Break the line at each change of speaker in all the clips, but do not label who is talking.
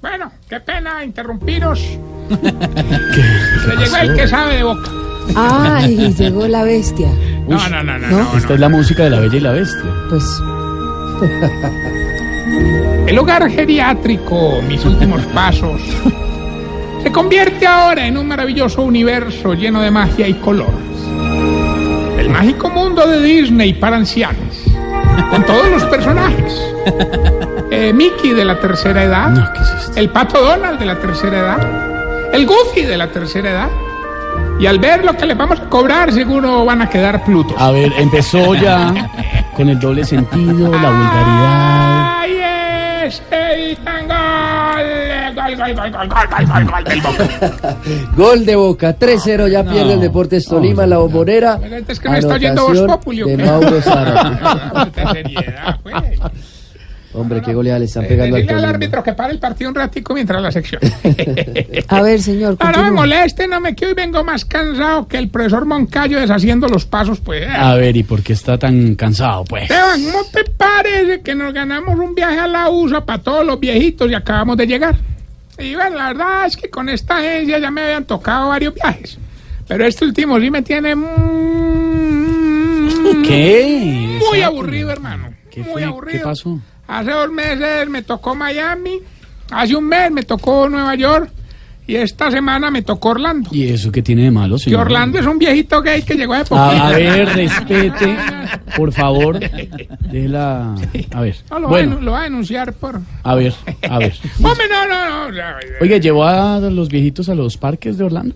Bueno, qué pena interrumpiros. Se llegó el que sabe de boca.
Ay, llegó la bestia.
No, no, no, no.
¿No?
no, no.
Esta es la música de la Bella y la Bestia.
Pues
El hogar geriátrico, mis últimos pasos, se convierte ahora en un maravilloso universo lleno de magia y color. El mágico mundo de Disney para ancianos, con todos los personajes. Eh, Mickey de la tercera edad,
No, ¿qué es esto?
el pato Donald de la tercera edad, el Goofy de la tercera edad. Y al ver lo que les vamos a cobrar, seguro van a quedar plutos.
A ver, empezó ya con el doble sentido, la vulgaridad.
¡Ahí está el gol! ¡Gol, gol, gol, gol, gol, gol, gol, gol del Boca!
Gol de Boca, 3-0 ya pierde el Deportes Tolima, la bombonera.
Pero este es que me está oyendo Voz
Anotación
Populi, ¿o
de
qué?
Mauro Zárate.
Falta de seriedad, pues.
Hombre, qué goleada le están
Eh,
pegando al
Dile al
Tolima.
árbitro que pare el partido un ratico mientras la sección.
a ver, señor,
No, no me
continúe.
moleste, no me quedo y vengo más cansado que el profesor Moncayo deshaciendo los pasos, pues.
A ver, ¿y por qué está tan cansado, pues?
Esteban, ¿cómo te parece que nos ganamos un viaje a la USA para todos los viejitos y acabamos de llegar? Y bueno, la verdad es que con esta agencia ya me habían tocado varios viajes. Pero este último sí me tiene mm,
¿Qué?
muy aburrido, hermano.
¿Qué
muy
fue?
aburrido.
¿Qué pasó?
Hace dos meses me tocó Miami, hace un mes me tocó Nueva York y esta semana me tocó Orlando.
¿Y eso qué tiene de malo,
Y
señor?
Orlando es un viejito gay que llegó de poquito.
A, a ver, respete, por favor. Déjela. A ver.
No, lo, va a,
Bueno,
denu- lo va a denunciar por...
a ver, a ver.
Hombre, no, no, no. no.
Oiga, ¿llevó a los viejitos a los parques de Orlando?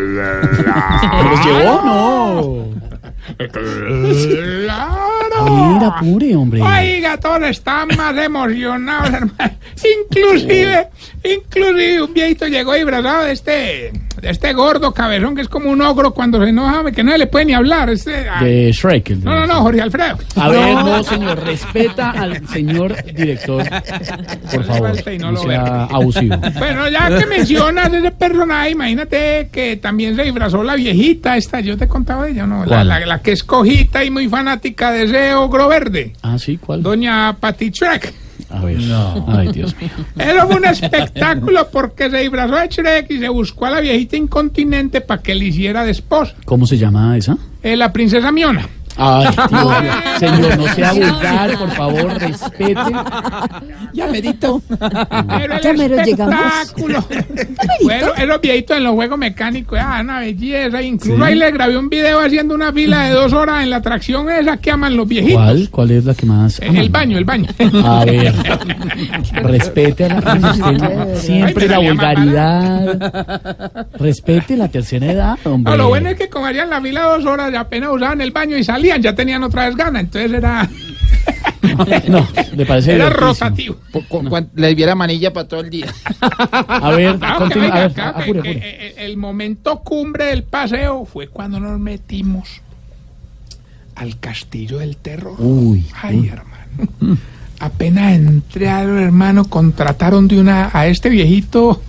¿Pero los llevó? No. Ah,
Ah.
Mira,
Claro.
apure, hombre.
Oiga, todos están más emocionados, hermano. Inclusive, inclusive un viejito llegó y brazado de este, de este gordo cabezón que es como un ogro cuando se enoja, que no le puede ni hablar. Este, ah,
De Shrek. el de-
No, no, no, Jorge Alfredo.
A ver, no, señor, respeta al señor director, por
Levante y
favor,
no
no
lo
sea
vea.
abusivo.
Bueno, ya que mencionas ese personaje, imagínate que también se disfrazó la viejita esta, yo te contaba de ella, ¿no? La,
¿Cuál?
la- la que es cojita y muy fanática de ese ogro verde,
Ah, sí, ¿cuál?
doña Patty Shrek.
A ver, ay, Dios mío.
Era un espectáculo porque se disfrazó de Shrek y se buscó a la viejita incontinente para que le hiciera de esposa,
¿Cómo se llama esa?
eh, la princesa Miona.
Ay, Dios mío. Señor, no sea vulgar, por favor, respete. Ya medito.
Pero el
Ya mero llegamos.
espectáculo. Bueno, esos viejitos en los juegos mecánicos, ah, una belleza. Incluso ahí le grabé un video haciendo una fila de dos horas en la atracción esa que aman los viejitos.
¿Cuál? ¿Cuál es la que más?
En el baño, el baño.
A ver, respete a la usted, siempre la vulgaridad. Respete la tercera edad, hombre.
No, lo bueno es que como harían la fila dos horas, apenas usaban el baño y salían, ya tenían otra vez ganas. Entonces era,
No, me parece
era
divertísimo.
rotativo.
Po- cu- cuan- Le diera manilla para todo el día.
A ver,
Claro que,
continúa, a
oiga,
ver,
claro que-
apure,
que,
apure.
eh, el momento cumbre del paseo fue cuando nos metimos al castillo del terror.
Uy,
Ay, hermano. Apenas entraron, hermano, contrataron de una a este viejito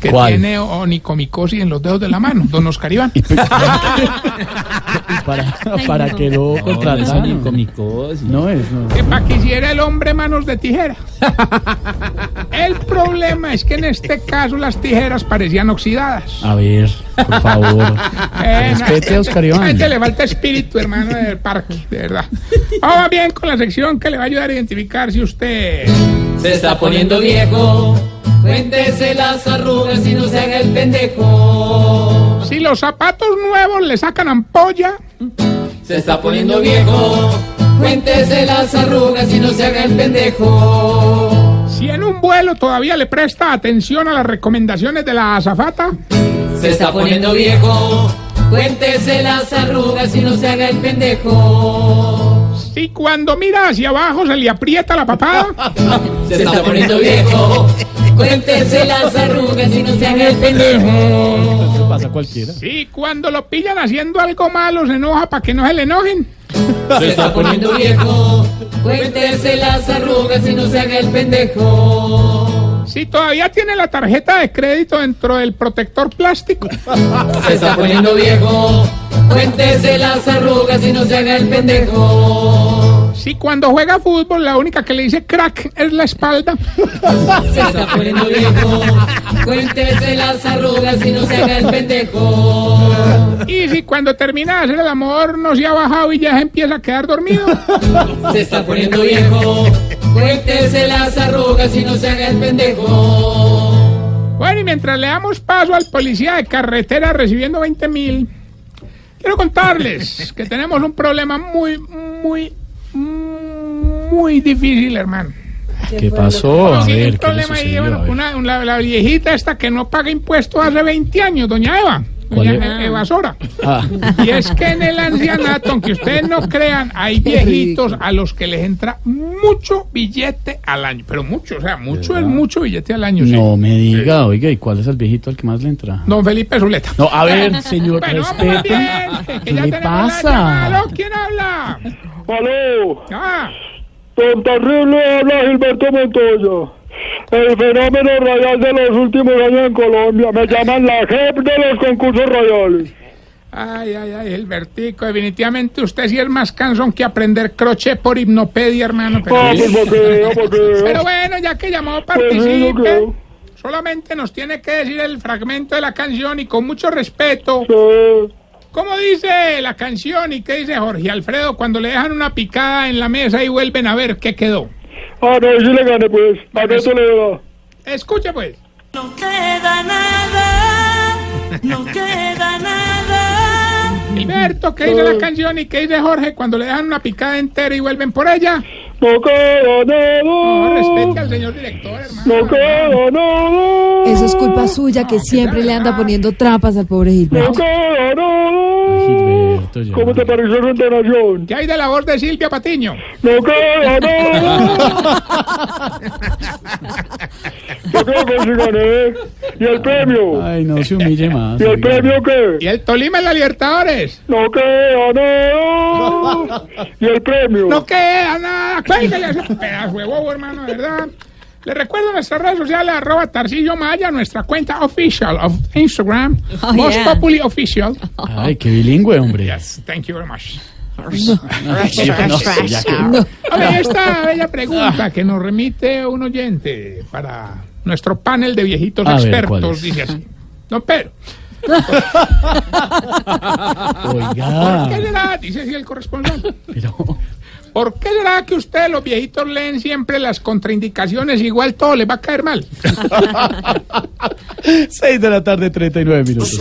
que
¿Cuál?
tiene onicomicosis en los dedos de la mano, don Oscar Iván.
para, para que lo contrataran. No es, no.
Que para que hiciera el hombre manos de tijera. El problema es que en este caso las tijeras parecían oxidadas.
A ver, por favor.
Eh,
Ah, Respete
no,
a Oscar
a
Iván.
este le falta espíritu, hermano, del parque, de verdad. Vamos bien con la sección que le va a ayudar a identificar si usted...
Se está poniendo viejo. Cuéntese las arrugas y no se haga el pendejo.
Si los zapatos nuevos le sacan ampolla,
Se está poniendo viejo. Cuéntese las arrugas y no se haga el pendejo.
si en un vuelo todavía le presta atención a las recomendaciones de la azafata,
Se está poniendo viejo. Cuéntese las arrugas y no se haga el pendejo.
si cuando mira hacia abajo se le aprieta la papada,
Se está poniendo viejo. Cuéntese las arrugas y no se haga el pendejo.
Eso pasa a cualquiera.
si cuando lo pillan haciendo algo malo se enoja para que no se le enojen,
Se está poniendo viejo. Cuéntese las arrugas y no se haga el pendejo.
si todavía tiene la tarjeta de crédito dentro del protector plástico,
Se está poniendo viejo. Cuéntese las arrugas y no se haga el pendejo.
Si cuando juega fútbol la única que le dice crack es la espalda.
Se está poniendo viejo. Cuéntese las arrugas y no se haga el pendejo.
Y si cuando termina de hacer el amor no se ha bajado y ya se empieza a quedar dormido.
Se está poniendo viejo. Cuéntese las arrugas y no se haga el pendejo.
Bueno, y mientras le damos paso al policía de carretera recibiendo 20 mil, quiero contarles que tenemos un problema muy, muy, muy difícil, hermano.
¿Qué pasó? Oh, A
Sí, hay un
ver, ¿qué le
problema ahí,
sucedió?
bueno,
A ver.
una- una- la viejita esta que no paga impuestos hace 20 años, doña Eva.
¿Cuál
Doña
es?
E- Evasora.
Ah,
Y es que en el ancianato, aunque ustedes no crean, hay viejitos a los que les entra mucho billete al año. Pero mucho, o sea, mucho es mucho billete al año. sí.
no me diga, oiga, ¿y cuál es el viejito al que más le entra?
Don Felipe Zuleta.
No, a ver, señor,
Bueno, vamos
respete.
bien, que- que
¿Qué
ya
le
tenemos
pasa?
la llamada. ¿Quién habla?
¡Aló!
Ah,
Don Terrible habla Gilberto Montoya. El fenómeno radial de los últimos años en Colombia. Me llaman la jefe de los concursos radiales.
ay, ay, ay, Gilbertico, definitivamente usted sí es más cansón que aprender crochet por hipnopedia, hermano. Pero,
Ah, pues porque,
pero bueno, ya que llamó,
sí, lo
participe.
creo.
Solamente nos tiene que decir el fragmento de la canción y con mucho respeto.
porque...
¿Cómo dice la canción y qué dice Jorge Alfredo cuando le dejan una picada en la mesa y vuelven a ver qué quedó?
Ah, no, sí le gané, pues. A no se le da.
Escuche pues.
No queda nada, no queda nada.
Gilberto, ¿qué dice la canción y qué dice Jorge cuando le dejan una picada entera y vuelven por ella?
No queda
No, Ah, respete
nada.
al señor director, hermano.
No queda nada.
Eso es culpa suya que siempre le anda poniendo trampas al pobre
No
Gilberto.
queda nada.
Gilberto, ya.
¿Cómo te pareció su entonación?
¿Qué hay de la voz de Silvia Patiño?
No queda nada. Yo creo que sí gané. ¿Y el premio?
Ay, no se humille más.
¿Y el
oiga.
premio
¿Y
qué?
el Tolima en la Libertadores?
No queda nada. ¿Y el premio?
No queda nada. Cuélguele ese pedazo de bobo, hermano, de verdad. Le recuerdo nuestras redes sociales, arroba Tarcillo Maya, nuestra cuenta official of Instagram,
Oh,
Most
yeah.
Populi Official.
Ay, qué bilingüe, hombre.
Yes, thank you very much.
No sé, ya que-
A ver, esta bella pregunta que nos remite un oyente para nuestro panel de viejitos
A ver, ¿cuál
expertos,
es?
dice así. Don Pedro, ¿por qué
Oiga,
será, dice así el corresponsal,
pero
¿por qué será que ustedes los viejitos leen siempre las contraindicaciones y igual todo les va a caer mal?
6 de la tarde, 39 minutos.